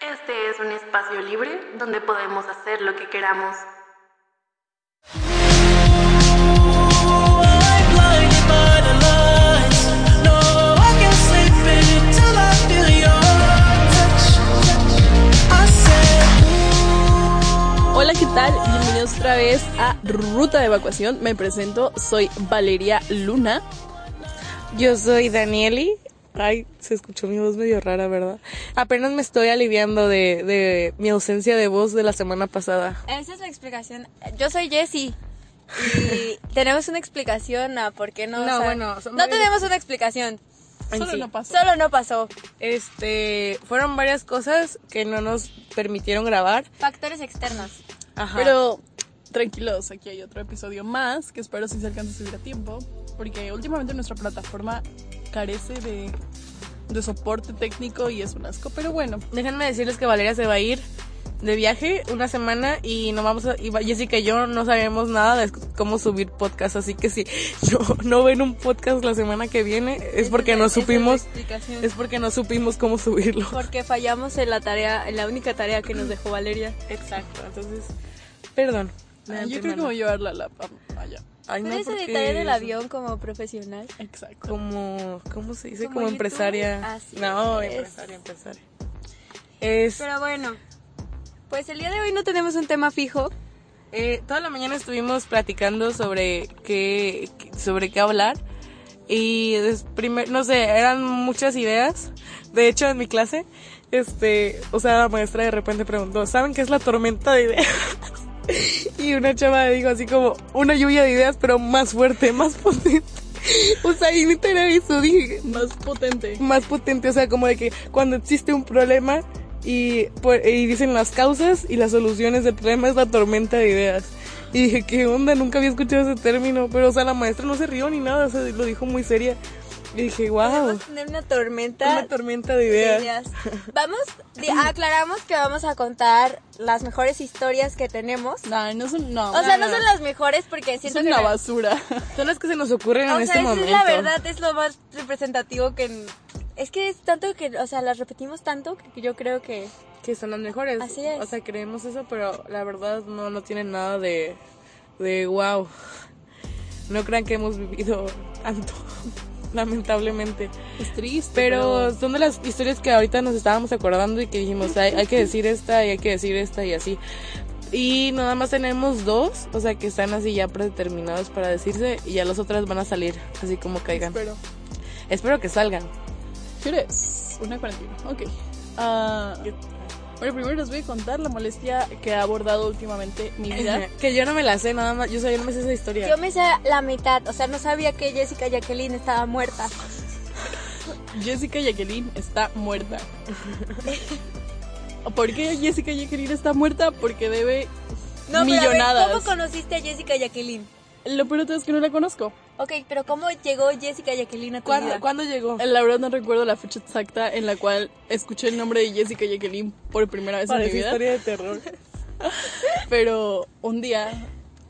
Este es un espacio libre donde podemos hacer lo que queramos. Hola, ¿qué tal? Bienvenidos otra vez a Ruta de Evacuación. Me presento, soy Valeria Luna. Yo soy Danieli. Ay, se escuchó mi voz medio rara, ¿verdad? Apenas me estoy aliviando de, de mi ausencia de voz de la semana pasada. Esa es la explicación. Yo soy Jessie. Y tenemos una explicación a por qué no. No, sal- bueno, son no varias- tenemos una explicación. en Solo no pasó. Solo no pasó. Este, fueron varias cosas que no nos permitieron grabar. Factores externos. Ajá. Pero tranquilos, aquí hay otro episodio más que espero si se alcance a subir a tiempo. Porque últimamente nuestra plataforma carece de, de soporte técnico y es un asco. Pero bueno, déjenme decirles que Valeria se va a ir de viaje una semana y no vamos a, y va- Jessica y yo no sabemos nada de cómo subir podcast, así que si no, no ven un podcast la semana que viene es porque no Esa es la supimos, explicación. es porque no supimos cómo subirlo. Porque fallamos en la tarea, en la única tarea que nos dejó Valeria. Exacto, entonces, perdón. de yo creo antemano. que voy a llevarla a la, a- allá. Ay, no, ¿Puedes porque editar en el es avión como profesional? Exacto. Como, ¿cómo se dice? Como Como, YouTube, empresaria. así no, es. empresaria, empresaria. Es, Pero bueno. Pues el día de hoy no tenemos un tema fijo. eh, toda la mañana estuvimos platicando sobre qué, sobre qué hablar. Y des- primer, no sé, eran muchas ideas. De hecho, en mi clase, este, o sea, la maestra de repente preguntó, ¿saben qué es la tormenta de ideas? Y una chava dijo así como, una lluvia de ideas, pero más fuerte, más potente. O sea, y literal eso dije, Más potente. más potente, o sea, como de que cuando existe un problema y, por- y dicen las causas y las soluciones del problema es la tormenta de ideas. Y dije, ¿qué onda? Nunca había escuchado ese término, pero o sea, la maestra no se rió ni nada, o sea, lo dijo muy seria. Y dije, wow, Podemos tener una tormenta. una tormenta de de ideas. ideas. Vamos, di- aclaramos que vamos a contar las mejores historias que tenemos. No, no son. No, O sea, no, no son las mejores porque es siento que... una no- basura. Son las que se nos ocurren o en este sea, esa momento. es la verdad, es lo más representativo que... Es que es tanto que, o sea, las repetimos tanto que yo creo que... Que son las mejores. Así es. O sea, creemos eso, pero la verdad no, no tienen nada de, de wow. No crean que hemos vivido tanto, lamentablemente. Es triste. Pero son de las historias que ahorita nos estábamos acordando y que dijimos, hay, hay que decir esta y hay que decir esta y así. Y nada más tenemos dos, o sea que están así ya predeterminados para decirse y ya las otras van a salir, así como caigan. Pero. Espero que salgan. ¿Quieres? Una cuarentena. Ok. Ah, bueno, primero les voy a contar la molestia que ha abordado últimamente mi vida. que yo no me la sé nada más, yo, sé- yo no me sé esa historia. Yo me sé la mitad, o sea, no sabía que Jessica Jacqueline estaba muerta. Jessica Jacqueline está muerta. ¿Por qué Jessica Jacqueline está muerta? Porque debe No, pero a ver, millonadas. ¿Cómo conociste a Jessica Jacqueline? Lo peor de todo es que no la conozco. Ok, pero ¿cómo llegó Jessica Jacqueline a tu ¿Cuándo, vida? cuándo llegó? La verdad no recuerdo la fecha exacta en la cual escuché el nombre de Jessica Jacqueline por primera vez en mi Parece vida. historia de terror. Pero un día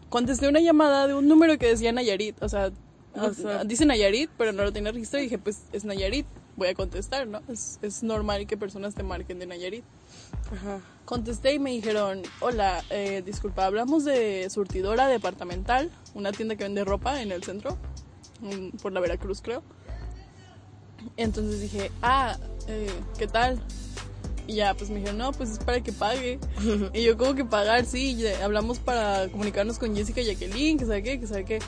contesté una llamada de un número que decía Nayarit. O sea, no- O sea. dice Nayarit, pero no lo tenía registrado. Y dije, pues es Nayarit, voy a contestar, ¿no? Es, es normal que personas te marquen de Nayarit. Ajá. Contesté y me dijeron, hola, eh, disculpa, hablamos de surtidora departamental, una tienda que vende ropa en el centro, mm, por la Veracruz creo. Entonces dije, ah, eh, ¿qué tal? Y ya, pues me dijeron, no, pues es para que pague. y yo, como que pagar? Sí, ya hablamos para comunicarnos con Jessica Jacqueline, que sabe qué, que sabe qué.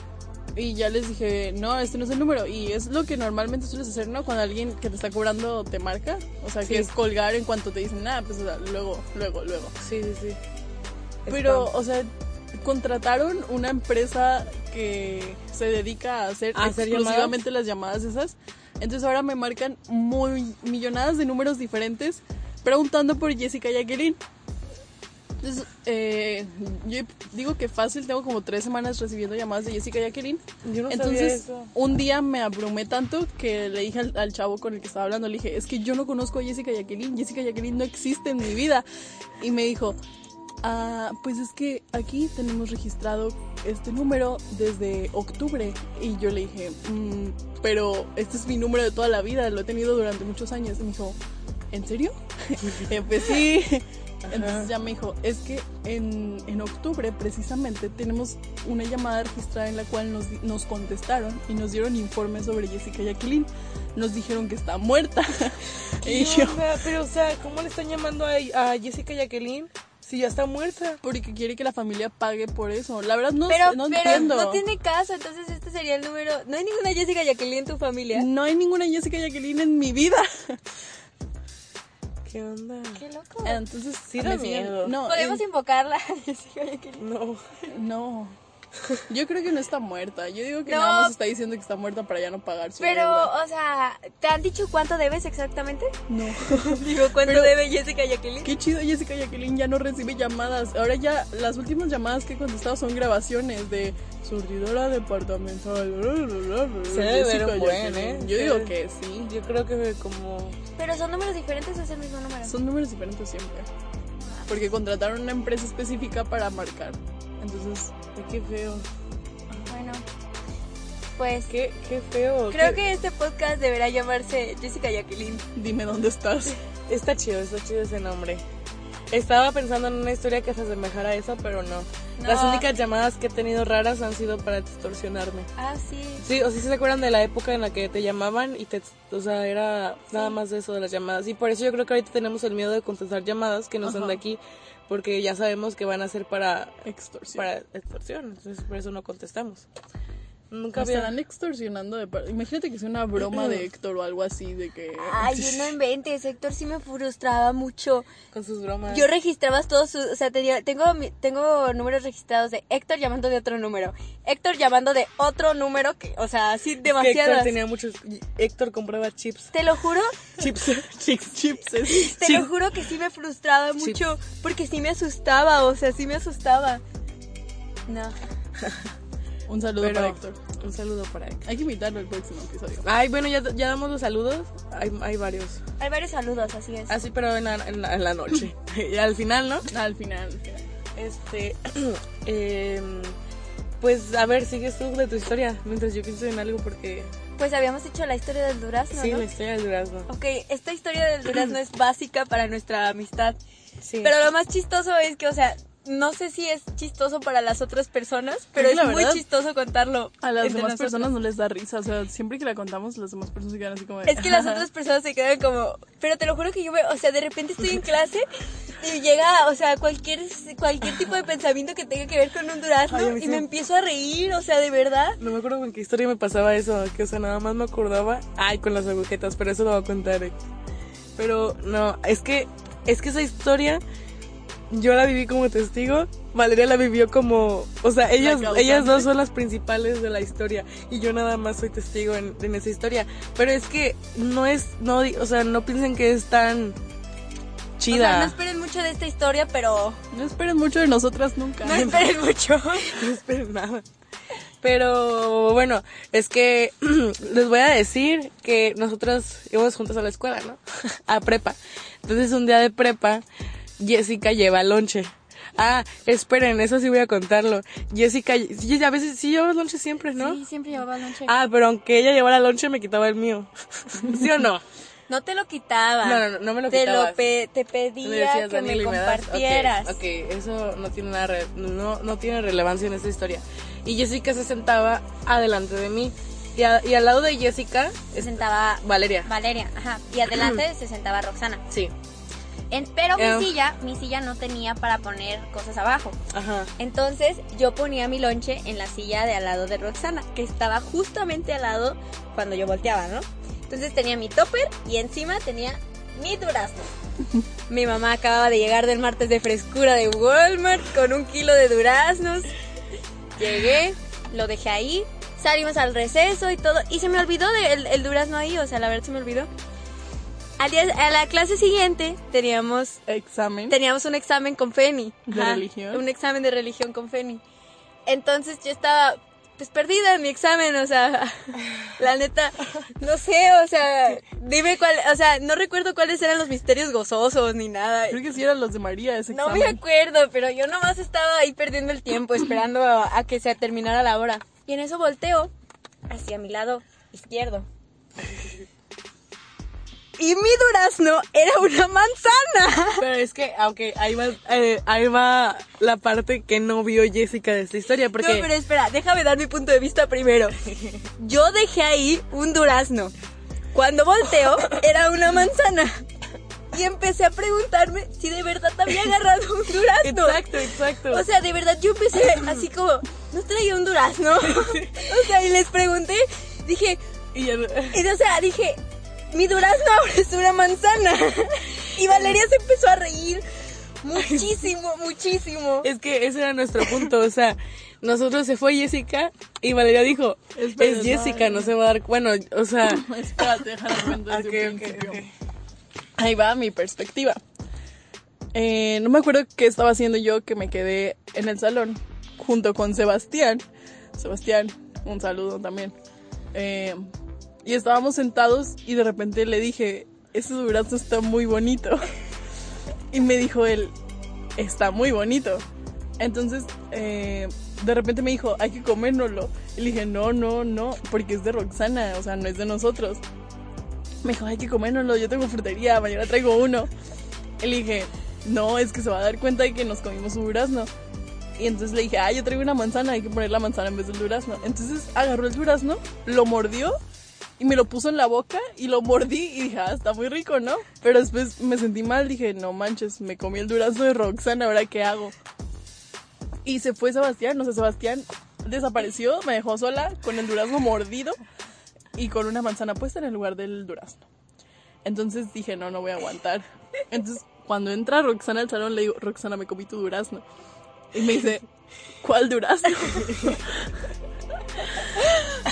Y ya les dije, no, este no es el número. Y es lo que normalmente sueles hacer, ¿no? Cuando alguien que te está cobrando te marca. O sea, que Sí. es colgar en cuanto te dicen, nada, pues o sea, luego, luego, luego. Sí, sí, sí. Pero, Spam. o sea, contrataron una empresa que se dedica a hacer, ¿A hacer exclusivamente las llamadas esas. Entonces ahora me marcan muy millonadas de números diferentes preguntando por Jessica Jacqueline. Entonces, eh, yo digo que fácil, tengo como tres semanas recibiendo llamadas de Jessica Jacqueline. yo no sabía Entonces, eso. un día me abrumé tanto que le dije al, al chavo con el que estaba hablando, le dije, es que yo no conozco a Jessica Jacqueline, Jessica Jacqueline no existe en mi vida. Y me dijo, ah, pues es que aquí tenemos registrado este número desde octubre. Y yo le dije, "Mm, pero este es mi número de toda la vida, lo he tenido durante muchos años. Y me dijo, ¿en serio? Eh, pues sí. Entonces ya me dijo, es que en, en octubre precisamente tenemos una llamada registrada en la cual nos, di- nos contestaron y nos dieron informes sobre Jessica Jacqueline. Nos dijeron que está muerta. ¿Qué Y yo, onda? Pero, o sea, ¿cómo le están llamando a, a Jessica Jacqueline si ya está muerta? porque quiere que la familia pague por eso. La verdad no, Pero, sé, no pero entiendo. no tiene caso, entonces este sería el número. No hay ninguna Jessica Jacqueline en tu familia. No hay ninguna Jessica Jacqueline en mi vida. ¿Qué onda? Qué loco. Entonces Sí da me siguen- miedo. Eh, No, Podemos eh, invocarla. Jessica Jacqueline. No. no. Yo creo que no está muerta. Yo digo que No. nada más está diciendo que está muerta para ya no pagar su Pero, deuda. o sea, ¿te han dicho cuánto debes exactamente? No. Digo, ¿cuánto debe Jessica Jacqueline? Qué chido, Jessica Jacqueline ya no recibe llamadas. Ahora ya las últimas llamadas que he contestado son grabaciones de surtidora departamental. Se debe ver Jessica un buen, Jacqueline. ¿eh? Yo Se digo debe- que sí. Yo creo que como... Pero son números diferentes o es el mismo número. Son números diferentes siempre. Porque contrataron una empresa específica para marcar. Entonces, Ay, Qué feo. Bueno, pues Qué, qué feo. creo Qué- que este podcast deberá llamarse Jessica Jacqueline. dime dónde estás. Está chido, está chido ese nombre. Estaba pensando en una historia que se asemejara a eso, pero no. No. Las únicas llamadas que he tenido raras han sido para extorsionarme. Ah, sí. Sí, o si se acuerdan de la época en la que te llamaban y te, o sea, era nada más de eso de las llamadas. Y por eso yo creo que ahorita tenemos el miedo de contestar llamadas que no son de aquí, porque ya sabemos que van a ser para, Extorsión. para extorsión. Entonces por eso no contestamos. Nunca Me había... estarán extorsionando de par- Imagínate que sea una broma de Héctor o algo así, de que... Ay, yo no inventes, Héctor sí me frustraba mucho. Con sus bromas. Yo registraba todos sus, o sea, tenía- tengo, mi- tengo números registrados de Héctor llamando de otro número, Héctor llamando de otro número, que, o sea, sí, Que Héctor demasiadas. tenía muchos... Héctor compraba chips. Te lo juro, Chips. chips. Chips es- te lo juro que sí me frustraba mucho, porque sí me asustaba, o sea, sí me asustaba. No. Un saludo Pero, para Héctor. un saludo para Héctor. Hay que invitarlo al próximo episodio. Ay, bueno, ya, ya damos los saludos. Hay, hay varios. Hay varios saludos, así es. Así, Ah, pero en la, en la- en la noche. y al final, ¿no? Al final, al final. Este. em, pues a ver, sigues tú de tu historia. Mientras yo pienso en algo, porque. Pues habíamos hecho la historia del durazno, sí, ¿no? la historia del durazno. Ok, esta historia del durazno es básica para nuestra amistad. Sí. Pero lo más chistoso es que, o sea, no sé si es chistoso para las otras personas, pero Creo es que la muy verdad, chistoso contarlo. A las entre demás nosotros. personas no les da risa, o sea, siempre que la contamos, las demás personas se quedan así como de, Es que las "Ajá". otras personas se quedan como, pero te lo juro que yo me, o sea, de repente estoy en clase y llega, o sea, cualquier cualquier tipo de pensamiento que tenga que ver con un durazno Ay, a mí y sí. me empiezo a reír, o sea, de verdad. No me acuerdo con qué historia me pasaba eso. Que, o sea, nada más me acordaba. Ay, con las agujetas, pero eso lo voy a contar. eh. Pero no, es que. Es que esa historia. Yo la viví como testigo, Valeria la vivió como, o sea, ellas, causante. ellas dos son las principales de la historia y yo nada más soy testigo en, en esa historia. Pero es que no es, no, di- o sea, no piensen que es tan O sea, no chida. esperen mucho de esta historia, pero No esperen mucho de nosotras nunca. no esperen mucho. no esperen nada. Pero bueno, es que les voy a decir que nosotras íbamos juntas a la escuela, ¿no? a prepa. Entonces un día de prepa, Jessica lleva lonche. Ah, esperen, eso sí voy a contarlo. Jessica, sí, a veces sí llevas lonche siempre, ¿no? siempre llevaba lonche. Ah, pero aunque ella llevara lonche me quitaba el mío. ¿Sí o no? No te lo quitaba. No, no, no, no me lo te quitabas. Lo pe- te Le pedía decías, que "Danieli, me das?" Ok, compartieras. Ok, eso no tiene, nada, re- no, no tiene relevancia en esta historia. Y Jessica se sentaba adelante de mí. Y, a- y al lado de Jessica, Se sentaba Valeria. Valeria, ajá. Y adelante se sentaba Roxana. Sí. En- pero Ya. mi silla, mi silla no tenía para poner cosas abajo. Ajá. Entonces yo ponía mi lonche en la silla de al lado de Roxana, que estaba justamente al lado cuando yo volteaba, ¿no? Entonces tenía mi topper y encima tenía mi durazno. mi mamá acababa de llegar del martes de frescura de Walmart con un kilo de duraznos. Llegué, lo dejé ahí, salimos al receso y todo. Y se me olvidó de- el, el durazno ahí, o sea, la verdad se me olvidó. Al día- a la clase siguiente teníamos Examen. teníamos un examen con Feni. ¿De Ajá, religión? Un examen de religión con Feni. Entonces yo estaba pues perdida en mi examen, o sea, la neta, no sé, o sea, dime cuál, o sea, no recuerdo cuáles eran los misterios gozosos ni nada. Creo que sí eran los de María ese No me examen. acuerdo, pero yo nomás estaba ahí perdiendo el tiempo esperando a, a que se terminara la hora. Y en eso volteo hacia mi lado izquierdo. Y mi durazno era una manzana. Pero es que, ah, ok, ahí va, eh, ahí va la parte que no vio Jessica de esta historia, porque... No, pero espera, déjame dar mi punto de vista primero. Yo dejé ahí un durazno. Cuando volteo, era una manzana. Y empecé a preguntarme si de verdad había agarrado un durazno. Exacto, exacto. O sea, de verdad yo empecé así como, ¿no traía un durazno? O sea, y les pregunté, dije, Y ya no- y, o sea, dije, mi durazno ahora es una manzana. Y Valeria se empezó a reír muchísimo, muchísimo. Es que ese era nuestro punto, o sea, nosotros se fue Jessica y Valeria dijo, es, Espera, no, Jessica, no se va a dar, bueno, o sea, Espérate, déjame cuento desde Ok, un ok, principio. ok. Ahí va mi perspectiva. Eh, no me acuerdo qué estaba haciendo yo que me quedé en el salón junto con Sebastián. Sebastián, un saludo también. Eh, y estábamos sentados y de repente le dije, ese durazno está muy bonito. Y me dijo él, está muy bonito. Entonces, eh, de repente me dijo, hay que comérnoslo. Y le dije, no, no, no, porque es de Roxana, o sea, no es de nosotros. Me dijo, hay que comérnoslo, yo tengo frutería, mañana traigo uno. Y le dije, no, es que se va a dar cuenta de que nos comimos un durazno. Y entonces le dije, ah, yo traigo una manzana, hay que poner la manzana en vez del durazno. Entonces agarró el durazno, lo mordió y me lo puso en la boca y lo mordí y dije, ah, está muy rico, ¿no? Pero después me sentí mal, dije, no manches, me comí el durazno de Roxana, ¿ahora qué hago? Y se fue Sebastián, no sé, Sebastián desapareció, me dejó sola con el durazno mordido y con una manzana puesta en el lugar del durazno. Entonces dije, no, no voy a aguantar. Entonces, cuando entra Roxana al salón, le digo, Roxana, me comí tu durazno. Y me dice, ¿cuál durazno?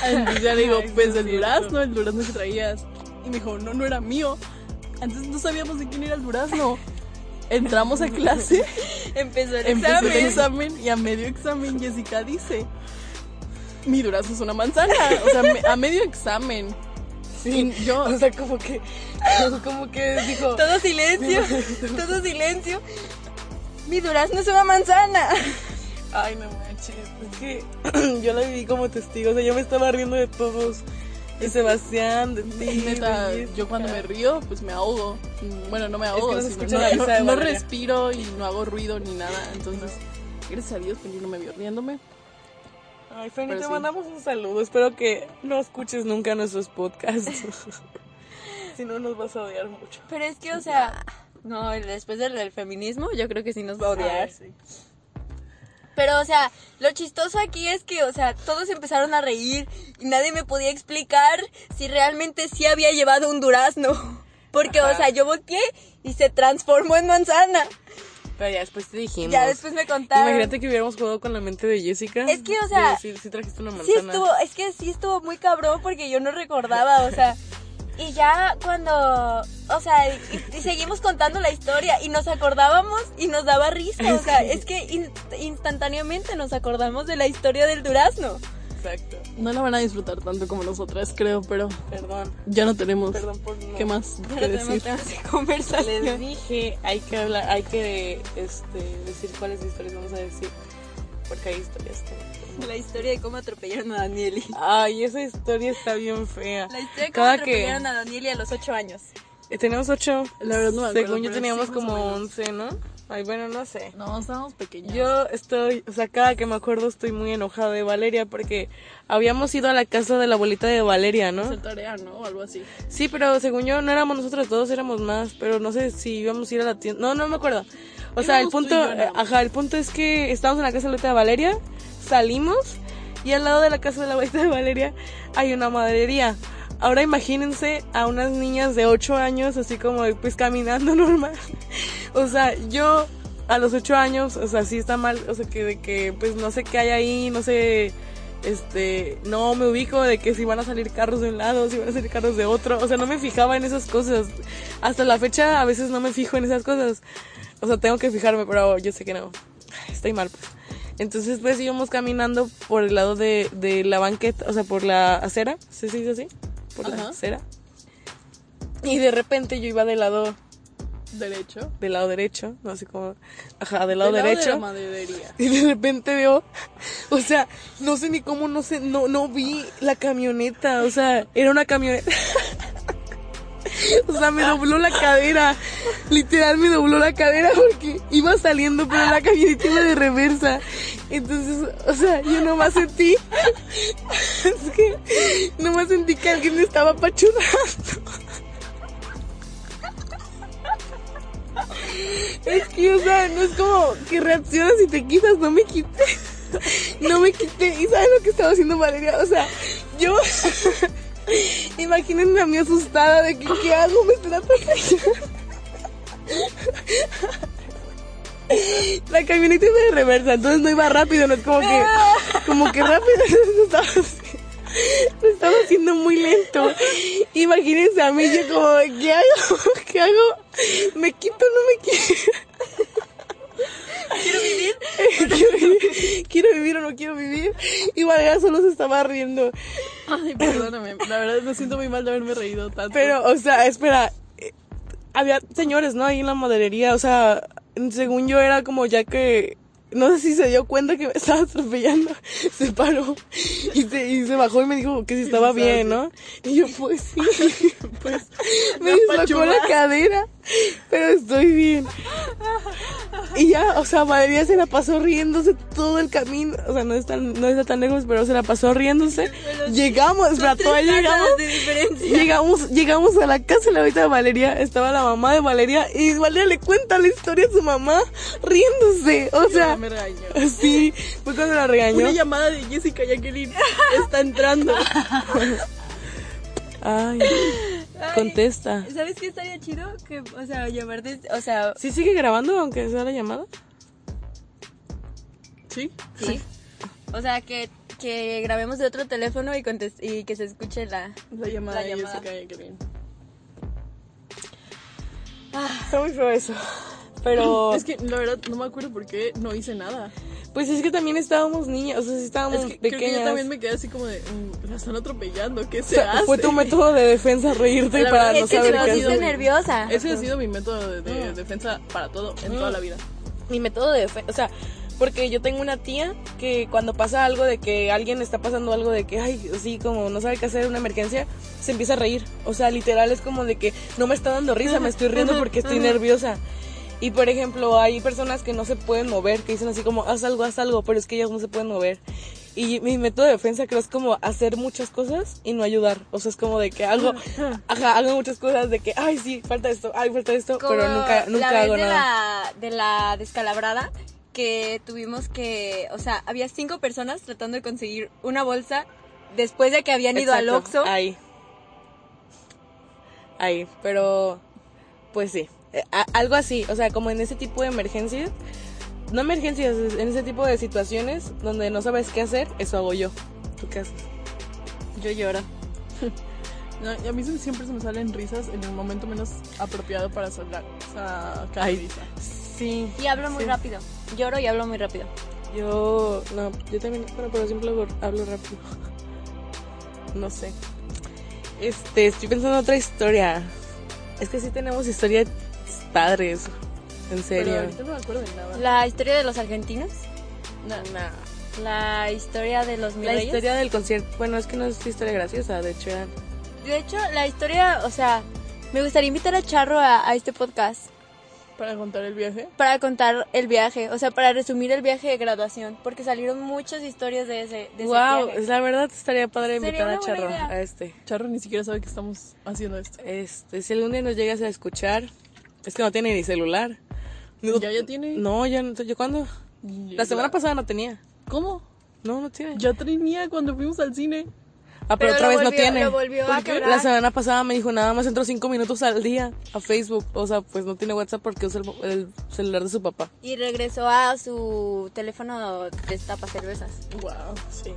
Entonces ya le digo, Ay, no pues es el cierto. durazno, el durazno que traías. Y me dijo, no, no era mío. Entonces no sabíamos de quién era el durazno. Entramos a clase Empezó el Empezó el examen. examen y a medio examen Jessica dice, mi durazno es una manzana. O sea, me- a medio examen. sí, y yo, yo- o sea, como que, como que dijo, Todo silencio, todo silencio. Mi durazno es una manzana. ay, no manches, es que yo la viví como testigo, o sea, yo me estaba riendo de todos, de Sebastián, de ti, Y neta, de Jessica. yo cuando me río, pues me ahogo. Mm, Bueno, no me ahogo, no se sino escucha no- la risa de no, no Valeria. respiro y no hago ruido ni nada. Entonces, gracias a Dios que yo no me vio riéndome. Ay, Fanny, Pero te sí. mandamos un saludo. Espero que no escuches nunca nuestros podcasts. si no, nos vas a odiar mucho. Pero es que, o sea, no, después del, del feminismo, yo creo que sí nos va a odiar. Pero, o sea, lo chistoso aquí es que, o sea, todos empezaron a reír y nadie me podía explicar si realmente sí había llevado un durazno. Porque, o sea, yo volteé y se transformó en manzana. Pero ya después te dijimos. Ya después me contaron. Imagínate que hubiéramos jugado con la mente de Jessica. Es que, o sea, Sí, sí trajiste una Sí manzana. estuvo, es que sí estuvo muy cabrón porque yo no recordaba, o sea, y ya cuando, o sea, y, y seguimos contando la historia y nos acordábamos y nos daba risa, o sea, es que in- instantáneamente nos acordamos de la historia del durazno. Exacto. No la van a disfrutar tanto como nosotras, creo, pero Perdón. ya no tenemos Perdón por no. qué más Pero que tenemos decir. temas de Les conversación. dije, hay que hablar, hay que este, decir cuáles historias vamos a decir. Porque hay historias que. La historia de cómo atropellaron a Danieli. Ay, esa historia está bien fea. La historia de cómo Cada que- atropellaron a Danieli a los 8 años. Eh, Teníamos ocho. La verdad no me acuerdo, Según yo pero teníamos sí, más o como menos. once, ¿no? Ay, bueno, no sé. No, estábamos pequeños. Yo estoy, o sea, cada que me acuerdo estoy muy enojada de Valeria porque habíamos ido a la casa de la abuelita de Valeria, ¿no? Hacer tarea, ¿no? O algo así. Sí, pero según yo no éramos nosotros dos, éramos más, pero no sé si íbamos a ir a la tienda. No, no me acuerdo. O sea, el Éramos tú y punto, yo nada más. ajá, el punto es que estábamos en la casa de la abuelita de Valeria, salimos y al lado de la casa de la abuelita de Valeria hay una maderería. Ahora imagínense a unas niñas de 8 años así como pues caminando normal. O sea, yo a los 8 años, o sea, sí está mal, o sea, que de que pues no sé qué hay ahí, no sé este, no me ubico de que si van a salir carros de un lado, si van a salir carros de otro, o sea, no me fijaba en esas cosas. Hasta la fecha a veces no me fijo en esas cosas. O sea, tengo que fijarme, pero yo sé que no. Estoy mal, pues. Entonces, pues íbamos caminando por el lado de, de la banqueta, o sea, por la acera, ¿sí se dice así? Por la Ajá. acera. Y de repente yo iba del lado, Derecho. del lado derecho, no sé cómo, ajá, del lado Del lado de derecho. la maderería. Y de repente veo, o sea, no sé ni cómo, no sé, no, no vi la camioneta, o sea, era una camioneta. O sea, me dobló la cadera, literal me dobló la cadera porque iba saliendo, pero la camioneta iba de reversa. Entonces, o sea, yo nomás sentí, es que nomás sentí que alguien me estaba apachurrando. Es que, o sea, no es como que reaccionas y te quitas, no me quité. No me quité. ¿Y sabes lo que estaba haciendo Valeria? O sea, yo. Imagínense a mí asustada de que, ¿qué hago? Me están atropellando. La camioneta iba de reversa, entonces no iba rápido, no es como que. Como que rápido, entonces estaba así. Lo estaba haciendo muy lento. Imagínense a mí, yo como, ¿qué hago? ¿Qué hago? ¿Me quito o no me quito? ¿Quiero vivir? ¿Quiero vivir? o no quiero vivir? Y Valera solo se estaba riendo. Ay, perdóname. La verdad me siento muy mal de haberme reído tanto. Pero, o sea, espera. eh, Había señores, ¿no? Ahí en la modelería. O sea, según yo era como ya que. No sé si se dio cuenta que me estaba atropellando. Se paró y se, y se bajó y me dijo que si estaba bien, ¿no? Y yo, pues sí. Pues me me dislocó la apachurraste. cadera, pero estoy bien. Y ya, o sea, Valeria se la pasó riéndose todo el camino. O sea, no está, no está tan lejos, pero se la pasó riéndose. Llegamos, espera, todavía llegamos. de diferencia. Llegamos, llegamos a la casa de la ahorita de Valeria, estaba la mamá de Valeria y Valeria le cuenta la historia a su mamá riéndose, o sea, me regañó. sí, fue cuando la regañó. Una llamada de Jessica Jacqueline está entrando. Ay, Ay, contesta. ¿Sabes qué estaría chido? Que, o sea, llamarte, o sea, ¿Sí sigue grabando aunque sea la llamada? Sí. sí. O sea, que, que grabemos de otro teléfono y, contest- y que se escuche la... La llamada La de llamada. Jessica Jacqueline. Está muy feo eso. Pero Es que la verdad no me acuerdo por qué no hice nada. pues es que también estábamos niñas, o sea, sí estábamos Es que creo que yo pequeñas. también me quedé así como de, "Mm, la están atropellando, ¿qué O se sea, hace? fue tu método de defensa reírte La para verdad Ah, no es que saber te qué pusiste hacer. nerviosa. Ese ha sido mi método de, de defensa para todo, en toda la vida. mi método de defensa, o sea, porque yo tengo una tía que cuando pasa algo de que alguien está pasando algo de que, ay, sí, como no sabe qué hacer, una emergencia, se empieza a reír. O sea, literal es como de que no me está dando risa, me estoy riendo porque estoy nerviosa. Y por ejemplo, hay personas que no se pueden mover, que dicen así como, haz algo, haz algo, pero es que ellas no se pueden mover. Y mi método de defensa creo es como hacer muchas cosas y no ayudar. O sea, es como de que hago, ajá, hago muchas cosas de que, ay, sí, falta esto, ay, falta esto, Como pero nunca, la nunca vez hago de nada. La, de la descalabrada que tuvimos que, o sea, había cinco personas tratando de conseguir una bolsa después de que habían ido al Exacto, Oxxo. Ahí. Ahí, pero pues sí. Eh, a- algo así, o sea, como en ese tipo de emergencias, no emergencias, es- en ese tipo de situaciones donde no sabes qué hacer, eso hago yo. ¿Tú qué haces? Yo lloro. No, y a mí se- siempre se me salen risas en el momento menos apropiado para hablar. O sea, cae risa. Sí, Y hablo muy rápido. Lloro y hablo muy rápido. yo no, yo también, bueno, pero siempre hablo, hablo rápido. No sé. Este, estoy pensando en otra historia. Es que sí tenemos historias padres. En Pero serio. ahorita no me acuerdo de nada. La historia de los argentinos, Nah. la historia de los La mirreyes. historia del concierto, bueno, es que no es historia graciosa, de hecho eran... De hecho, la historia, o sea, me gustaría invitar a Charro a, a este podcast para contar el viaje. para contar el viaje, o sea, para resumir el viaje de graduación, porque salieron muchas historias de ese, de ese Wow, viaje. la verdad estaría padre Sería invitar a una buena Charro idea. a este. Charro ni siquiera sabe que estamos haciendo esto. Este, si algún día nos llegas a escuchar, es que no tiene ni celular. No- Ya, ya tiene. No, ya no, ¿yo cuándo? La semana pasada no tenía. ¿Cómo? No, no tiene. Ya tenía cuando fuimos al cine. ah, pero, Pero otra lo vez no volvió- tiene. lo volvió a ¿Por qué? quebrar. La semana pasada me dijo, nada más entro cinco minutos al día a Facebook. O sea, pues no tiene WhatsApp porque usa el, el celular de su papá. Y regresó a su teléfono de tapa cervezas. Wow, sí.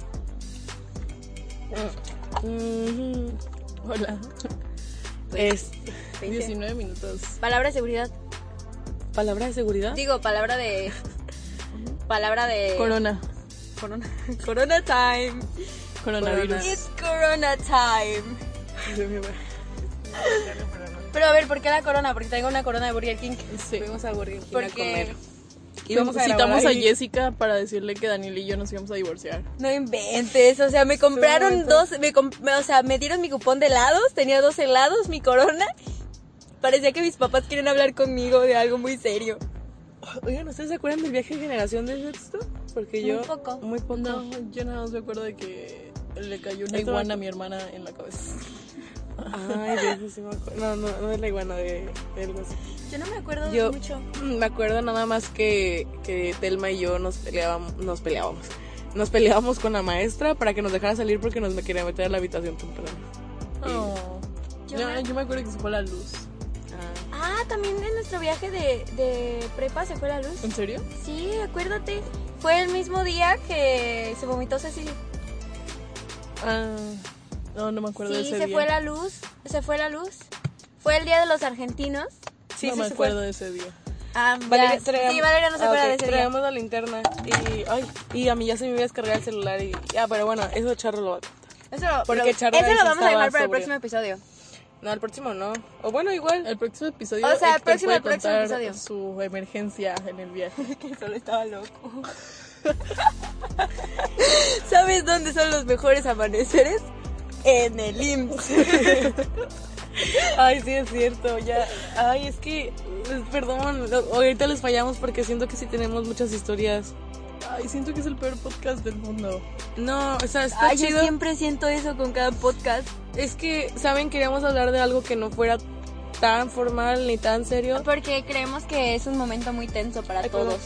Mm, Ujú. Hola. Es 20. 19 minutos. Palabra de seguridad. palabra de seguridad. Digo, palabra de. Palabra de. Corona. corona. Corona time. Coronavirus. It's corona time. Pero a ver, ¿por qué la corona? Porque traigo una corona de Burger King. Sí. Fuimos a Burger King a Porque. comer. Íbamos a grabar Citamos a y- Jessica para decirle que Daniel y yo nos íbamos a divorciar. No inventes, o sea, me compraron dos, me comp- me- o sea, me dieron mi cupón de helados, tenía dos helados, mi corona. Parecía que mis papás quieren hablar conmigo de algo muy serio. Oigan, ¿ustedes se acuerdan del viaje de generación de sexto? Porque Muy yo. poco. Muy poco. No, yo nada más me acuerdo de que le cayó una Esto- iguana a mi hermana en la cabeza. Ay, Dios, no, sí me acuerdo. No, no, no es la iguana de, de algo así. Yo no me acuerdo Yo- mucho. Mm, Me acuerdo nada más que, que Telma y yo nos peleábamos, nos peleábamos. Nos peleábamos con la maestra para que nos dejara salir porque nos quería meter a la habitación temprano. Ah, Oh. Yo Yo, me- me... yo me acuerdo que se fue la luz. Ah, también en nuestro viaje de, de prepa se fue la luz. ¿En serio? Sí, acuérdate. Fue el mismo día que se vomitó Ceci. Ah, no, no me acuerdo de Sí, ese se día. fue la luz, se fue la luz. Fue el día de los argentinos. Sí, no sí, me se acuerdo fue. de ese día. Ah, Valeria, ya. traíamos- Sí, Valeria no se ah, acuerda ok, de ese día. Traíamos la linterna y, ay, y a mí ya se me iba a descargar el celular y ya, pero bueno, eso Charro lo va a contar. Eso lo, Porque lo- Charla eso sí lo vamos a estaba llamar para el sobrio. próximo episodio. No, el próximo no. O bueno, igual. El próximo episodio. O sea, el Héctor próximo- puede el próximo contar episodio. Su emergencia en el viaje. que solo estaba loco. ¿Sabes dónde son los mejores amaneceres? En el IMSS. Ay, sí, es cierto, ya. Ay, es que, eh, perdón, lo- ahorita les fallamos porque siento que sí tenemos muchas historias. Ay, siento que es el peor podcast del mundo. No, o sea, está Ay, yo chido. siempre siento eso con cada podcast. Es que, ¿saben? Queríamos hablar de algo que no fuera tan formal ni tan serio Porque creemos que es un momento muy tenso para Ay, todos.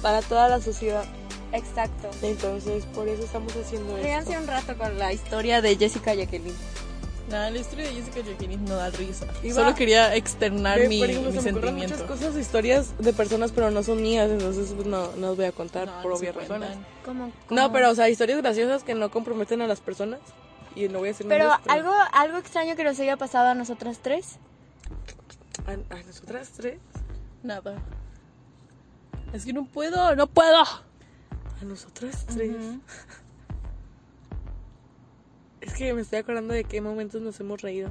para toda la sociedad. Exacto. Entonces, por eso estamos haciendo esto. Ríganse un rato con la historia de Jessica Jacqueline. Nada, la historia de Jessica Joaquín no da risa. Iba- Solo quería externar Ve, mi, por ejemplo, mi se me ocurren muchas sentimiento. cosas, historias de personas, pero no son mías, entonces pues, no, no os voy a contar No, por no se obvias cuentan. razones. ¿Cómo? No, pero, o sea, historias graciosas que no comprometen a las personas. Y no voy a decir Pero nombres, algo, algo extraño que nos haya pasado a nosotras tres. A, a nosotras tres. Nada. Es que no puedo, no puedo. A nosotras tres. Es que me estoy acordando de qué momentos nos hemos reído.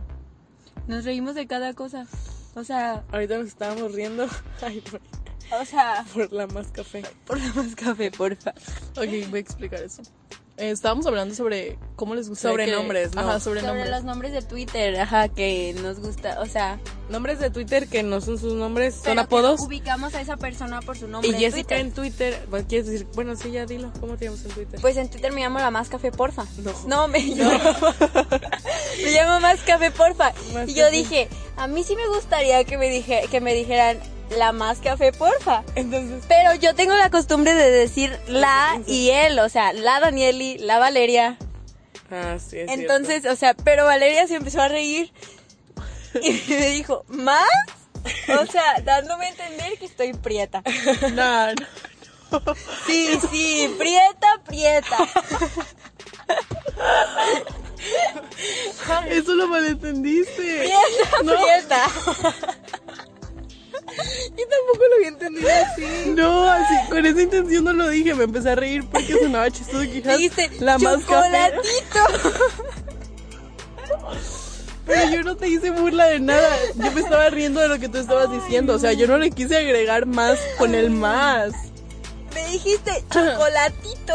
Nos reímos de cada cosa. O sea, Ahorita nos estábamos riendo. Ay, por, o sea, por la más café. por lo más café, porfa. Ok, voy a explicar eso. Eh, estábamos hablando sobre cómo les gusta. Sobrenombres, ¿no? Ajá, Sobre sobrenombres. los nombres de Twitter, ajá, que nos gusta, o sea, Nombres de Twitter que no son sus nombres, son pero que apodos. Ubicamos a esa persona por su nombre. Y en Jessica Twitter. en Twitter. bueno, ¿Quieres decir? Bueno, sí, ya dilo. ¿Cómo te llamas en Twitter? Pues en Twitter me llamo la más café porfa. No. me llamo. me llamo más café porfa. Más y yo Café. dije, a mí sí me gustaría que me dije, que me dijeran la más café porfa. Entonces, Pero yo tengo la costumbre de decir la y él, o sea, la Danieli, la Valeria. ah, sí, es Entonces, o sea, pero Valeria se empezó a reír y me dijo, ¿más? O sea, dándome a entender que estoy prieta. No, no. Sí, sí, prieta, prieta. Eso lo malentendiste. Prieta, prieta. Yo tampoco lo había entendido así. No, así, con esa intención no lo dije. Me empecé a reír porque sonaba chistoso. Quizás Dijiste, la más café. chocolatito. Pero yo no te hice burla de nada. Yo me estaba riendo de lo que tú estabas diciendo. O sea, yo no le quise agregar más con el más. Me dijiste chocolatito.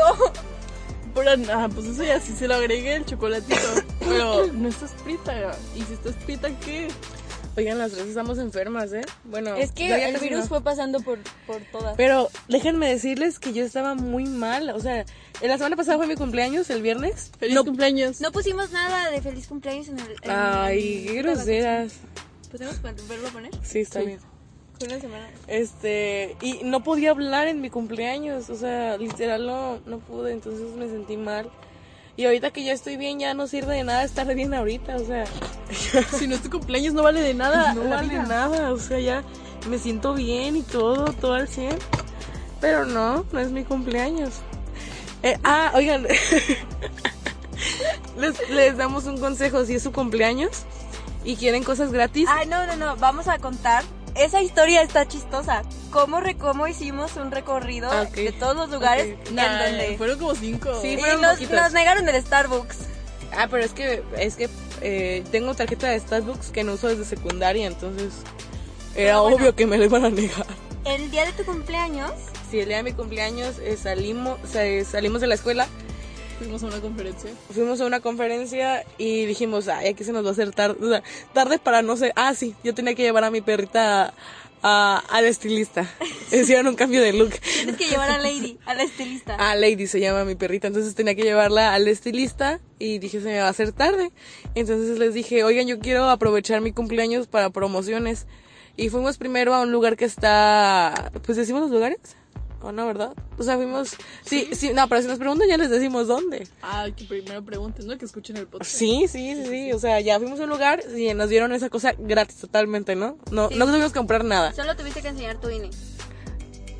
Pero, ah, pues eso ya sí se lo agregué el chocolatito. Pero no estás prita. Y si estás prita, ¿qué? Oigan, las tres estamos enfermas, ¿eh? Bueno, Es que yo ya el casi virus no. fue pasando por, por todas. Pero déjenme decirles que yo estaba muy mal. O sea, en la semana pasada fue mi cumpleaños, el viernes. Feliz cumpleaños. No pusimos nada de feliz cumpleaños en el. Pues en- Ay, en- qué groseras. ¿Podemos pon- volverlo a poner? Sí, está bien. Con una semana. Este, y no podía hablar en mi cumpleaños, o sea, literal no, no pude, entonces me sentí mal. Y ahorita que ya estoy bien, ya no sirve de nada estar bien ahorita, o sea, Si no es tu cumpleaños, no vale de nada. no la vale vida. nada, o sea, ya me siento bien y todo, todo al 100. Pero no, no es mi cumpleaños. Eh, ah, oigan, les, les damos un consejo, si es su cumpleaños y quieren cosas gratis, Ay, no, no, no. Vamos a contar. Esa historia está chistosa. ¿Cómo, re- cómo hicimos un recorrido Ah, ok. de todos los lugares Ok. en Nah, donde. fueron como cinco. Sí, Y fueron nos, poquitos. nos negaron el Starbucks. Ah, pero es que es que eh, tengo tarjeta de Starbucks que no uso desde secundaria, entonces era Pero bueno. obvio que me la iban a negar. El día de tu cumpleaños. Sí, el día de mi cumpleaños eh, salimos, o sea, eh, salimos de la escuela, Fuimos a una conferencia. fuimos a una conferencia y dijimos, ay, aquí se nos va a hacer tarde, o sea, tarde para no sé, ah, sí, yo tenía que llevar a mi perrita a- a- al estilista. Hicieron un cambio de look. Tienes que llevar a Lady, a la estilista. Ah, Lady se llama mi perrita, entonces tenía que llevarla al estilista y dije se me va a hacer tarde. Entonces les dije, oigan, yo quiero aprovechar mi cumpleaños para promociones. Y fuimos primero a un lugar que está, pues decimos los lugares, ¿o no, verdad? O sea, fuimos, sí, sí, no, pero si nos preguntan ya les decimos dónde. Ah, que primero pregunten, ¿no? Que escuchen el podcast. Sí, sí, sí, sí, o sea, ya fuimos a un lugar y nos dieron esa cosa gratis totalmente, ¿no? No, no tuvimos que comprar nada. Solo tuviste que enseñar tu INE.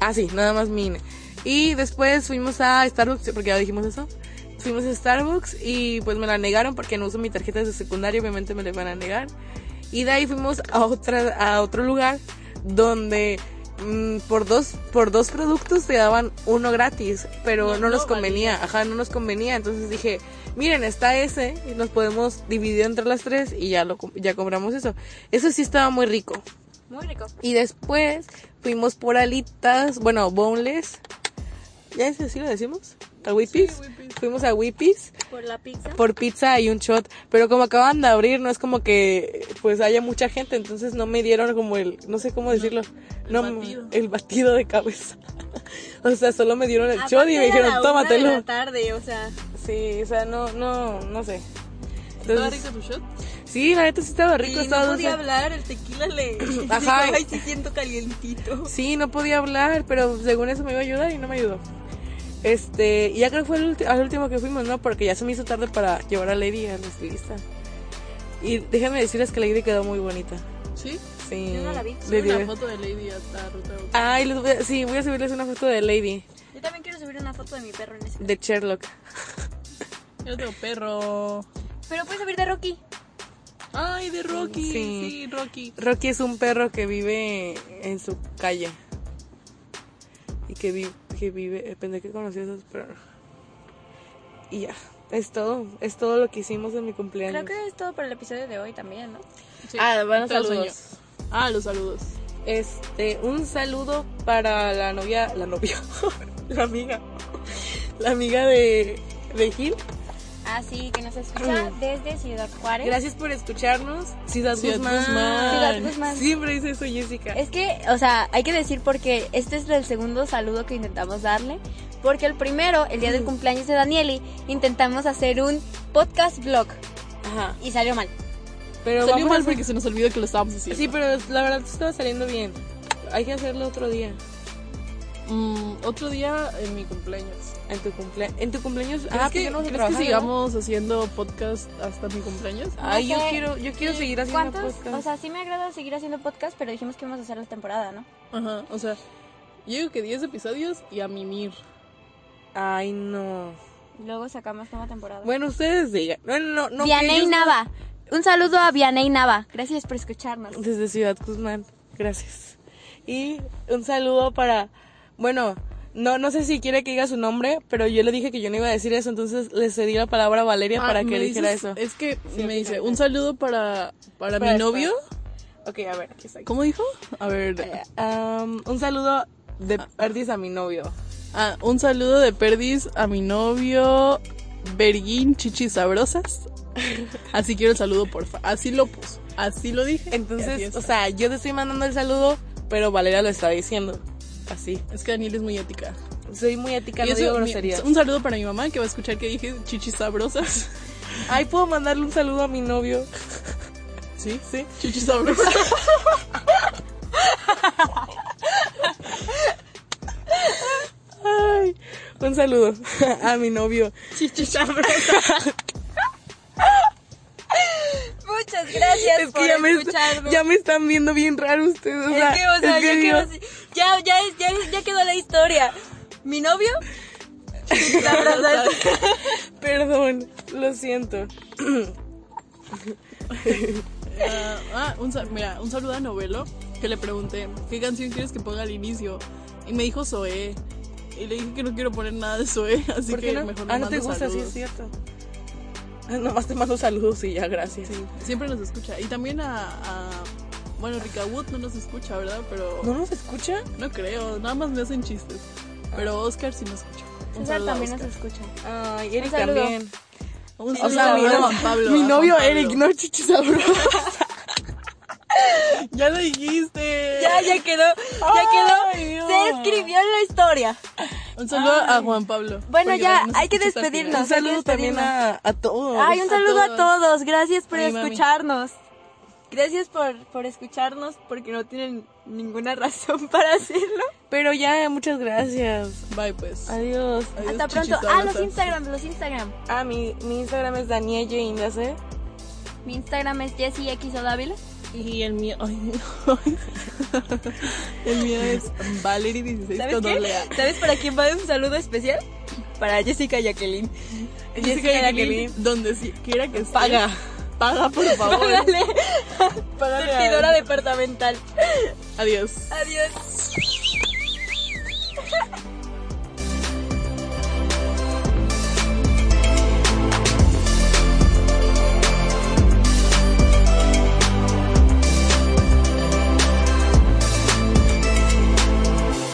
Ah, sí, nada más mi INE. Y después fuimos a Starbucks, porque ya dijimos eso. Fuimos a Starbucks y pues me la negaron porque no uso mi tarjeta de secundaria, obviamente me la van a negar. Y de ahí fuimos a, otra, a otro lugar donde mm, por, dos, por dos productos te daban uno gratis, pero no, No, no nos convenía. Ajá, no nos convenía. Entonces dije, miren, está ese y nos podemos dividir entre las tres y ya, lo, com- ya compramos eso. Eso sí estaba muy rico. Muy rico. Y después fuimos por alitas, bueno, boneless. ¿Ya ese sí lo decimos? ¿A Whippies? Fuimos a Whippies Por la pizza. por pizza y un shot. Pero como acaban de abrir, no es como que pues haya mucha gente, entonces no me dieron como el, no sé cómo decirlo, el no, me- batido. el batido de cabeza. o sea, solo me dieron el Ah, Aparte shot y me era dijeron, la una tómatelo. de la tarde, o sea. Sí, o sea, no, no, no sé. ¿Estaba Entonces, rico tu shot? sí, la neta sí estaba rico, y estaba no podía dulce. hablar, el tequila le. dijo, Ajá. Ay, sí siento calientito. Sí, no podía hablar, pero según eso me iba a ayudar y no me ayudó. Este, y ya creo que fue el ulti- al último que fuimos, ¿no? Porque ya se me hizo tarde para llevar a Lady a la estilista. Y déjenme decirles que Lady quedó muy bonita. Sí. Sí. Yo no la vi. Le Subí dio- una foto de Lady hasta Ruta Boca. Ay, les voy a- sí, voy a subirles una foto de Lady, Yo también quiero subir una foto de mi perro en ese. de Sherlock. Yo tengo perro. Pero puedes subir de Rocky. Ay, de Rocky. Sí. Sí, Rocky. Rocky es un perro que vive en su calle. Y que, vi- que vive. eh, Pensé que conocí a esos perros. Y ya. Es todo. Es todo lo que hicimos en mi cumpleaños. Creo que es todo por el episodio de hoy también, ¿no? Sí, Ah, van entra al saludos. sueño. Ah, los saludos. Este, un saludo para la novia, la novia, la amiga, la amiga de, de Gil. Ah, sí, que nos escucha desde Ciudad Juárez. Gracias por escucharnos. Ciudad, Ciudad Guzmán. Guzmán. Ciudad Guzmán. Siempre dice eso Jessica. Es que, o sea, hay que decir porque este es el segundo saludo que intentamos darle. Porque el primero, el día del cumpleaños de Danieli, intentamos hacer un podcast blog Ajá. y salió mal. Pero Salió vamos a mal hacer- porque se nos olvidó que lo estábamos haciendo. Sí, pero la verdad estaba saliendo bien. Hay que hacerlo otro día. Mm, otro día en mi cumpleaños. En tu cumpleaños. En tu cumpleaños. ¿Crees, ah, porque que, no vamos a ¿crees que trabajar, sigamos haciendo podcast hasta mi cumpleaños? ¿verdad? Ay, No yo sé. quiero, yo quiero ¿Y seguir haciendo ¿Cuántos? podcast. O sea, sí me agrada seguir haciendo podcast, pero dijimos que íbamos a hacer la temporada, ¿no? Ajá, o sea, yo digo que 10 episodios y a mimir. Ay, no. Luego sacamos nueva temporada. Bueno, ustedes digan. No, no, no. que Vianey ellos- Nava. Un saludo a Vianey Nava. Gracias por escucharnos. desde Ciudad Guzmán. Gracias. Y un saludo para, bueno, no, no sé si quiere que diga su nombre, pero yo le dije que yo no iba a decir eso, entonces le cedí la palabra a Valeria Ah, para me que dijera dices- eso. Es que me dice, fíjate. un saludo para, Para para, mi esta. novio. Ok, a ver, aquí está. ¿Cómo dijo? A ver. Eh, um, un saludo de Perdiz a mi novio. Ah, un saludo de Perdis a mi novio Berguín Chichis Sabrosas. Así quiero el saludo, porfa. Así lo puso. Así lo dije. y así Entonces, está. o sea, yo te estoy mandando el saludo, pero Valeria lo está diciendo. Así. Es que Daniel es muy ética. Soy muy ética, Y no eso, digo mi- groserías. un saludo para mi mamá que va a escuchar que dije chichis sabrosas. Ay, ¿puedo mandarle un saludo a mi novio? ¿Sí? Sí. Chichis sabrosas. Ay, un saludo a mi novio. Muchas gracias es por que ya me, escucharnos. ya me están viendo bien raro ustedes. O sea, es que, o sea, es que yo digo, quiero decir- ya, ya, es- ya, es- ya quedó la historia. Mi novio. La verdad es- Perdón, lo siento. Ah, ah, un, sa- mira, un saludo a Novelo que le pregunté, ¿qué canción quieres que ponga al inicio? Y me dijo Zoé. Y le dije que no quiero poner nada de Zoé, así ¿Por que qué no? mejor no Ah, no te mando gusta, sí, saludos. es cierto. Ah, Nomás te mando saludos y ya, gracias. Sí, siempre nos escucha. Y también a, a- bueno, Rica Wood no nos escucha, ¿verdad? Pero ¿No nos escucha? no creo, nada más me hacen chistes. Pero Oscar sí nos escucha. Un César saludo a también nos Oscar. escucha. Ay, Eric saludo. también. Un O saludo sea, mi, a no- Juan Pablo, mi a Juan novio Pablo. Eric, no chichis sabrosas. Ya lo dijiste. ya, ya quedó. Ya Ay, quedó. Dios. Se escribió en la historia. Un saludo a Juan Pablo. Bueno, porque ya, nos hay que escucha hasta el despedirnos. Un saludo Nos también a, a todos. Ay, un a saludo a todos. todos. Gracias por Ay, mami. escucharnos. Gracias por, por escucharnos porque no tienen ninguna razón para hacerlo. Pero ya, muchas gracias. final. Bye, pues. Adiós. Adiós, Hasta pronto. chichis Ah, los sabrosas. Instagram, los Instagram. Ah, mi, mi Instagram es Danielle Indace. Mi Instagram es jessiex.dávila. Y el mío. ay, no. el mío es Valerie16 ¿Sabes con doble A. qué? ¿Sabes para quién va un saludo especial? Para Jessica Jacqueline. Jessica Jacqueline, donde si quiera que esté, Paga. Paga, por favor. Págale. Págale a- Surtidora departamental. Adiós. Adiós.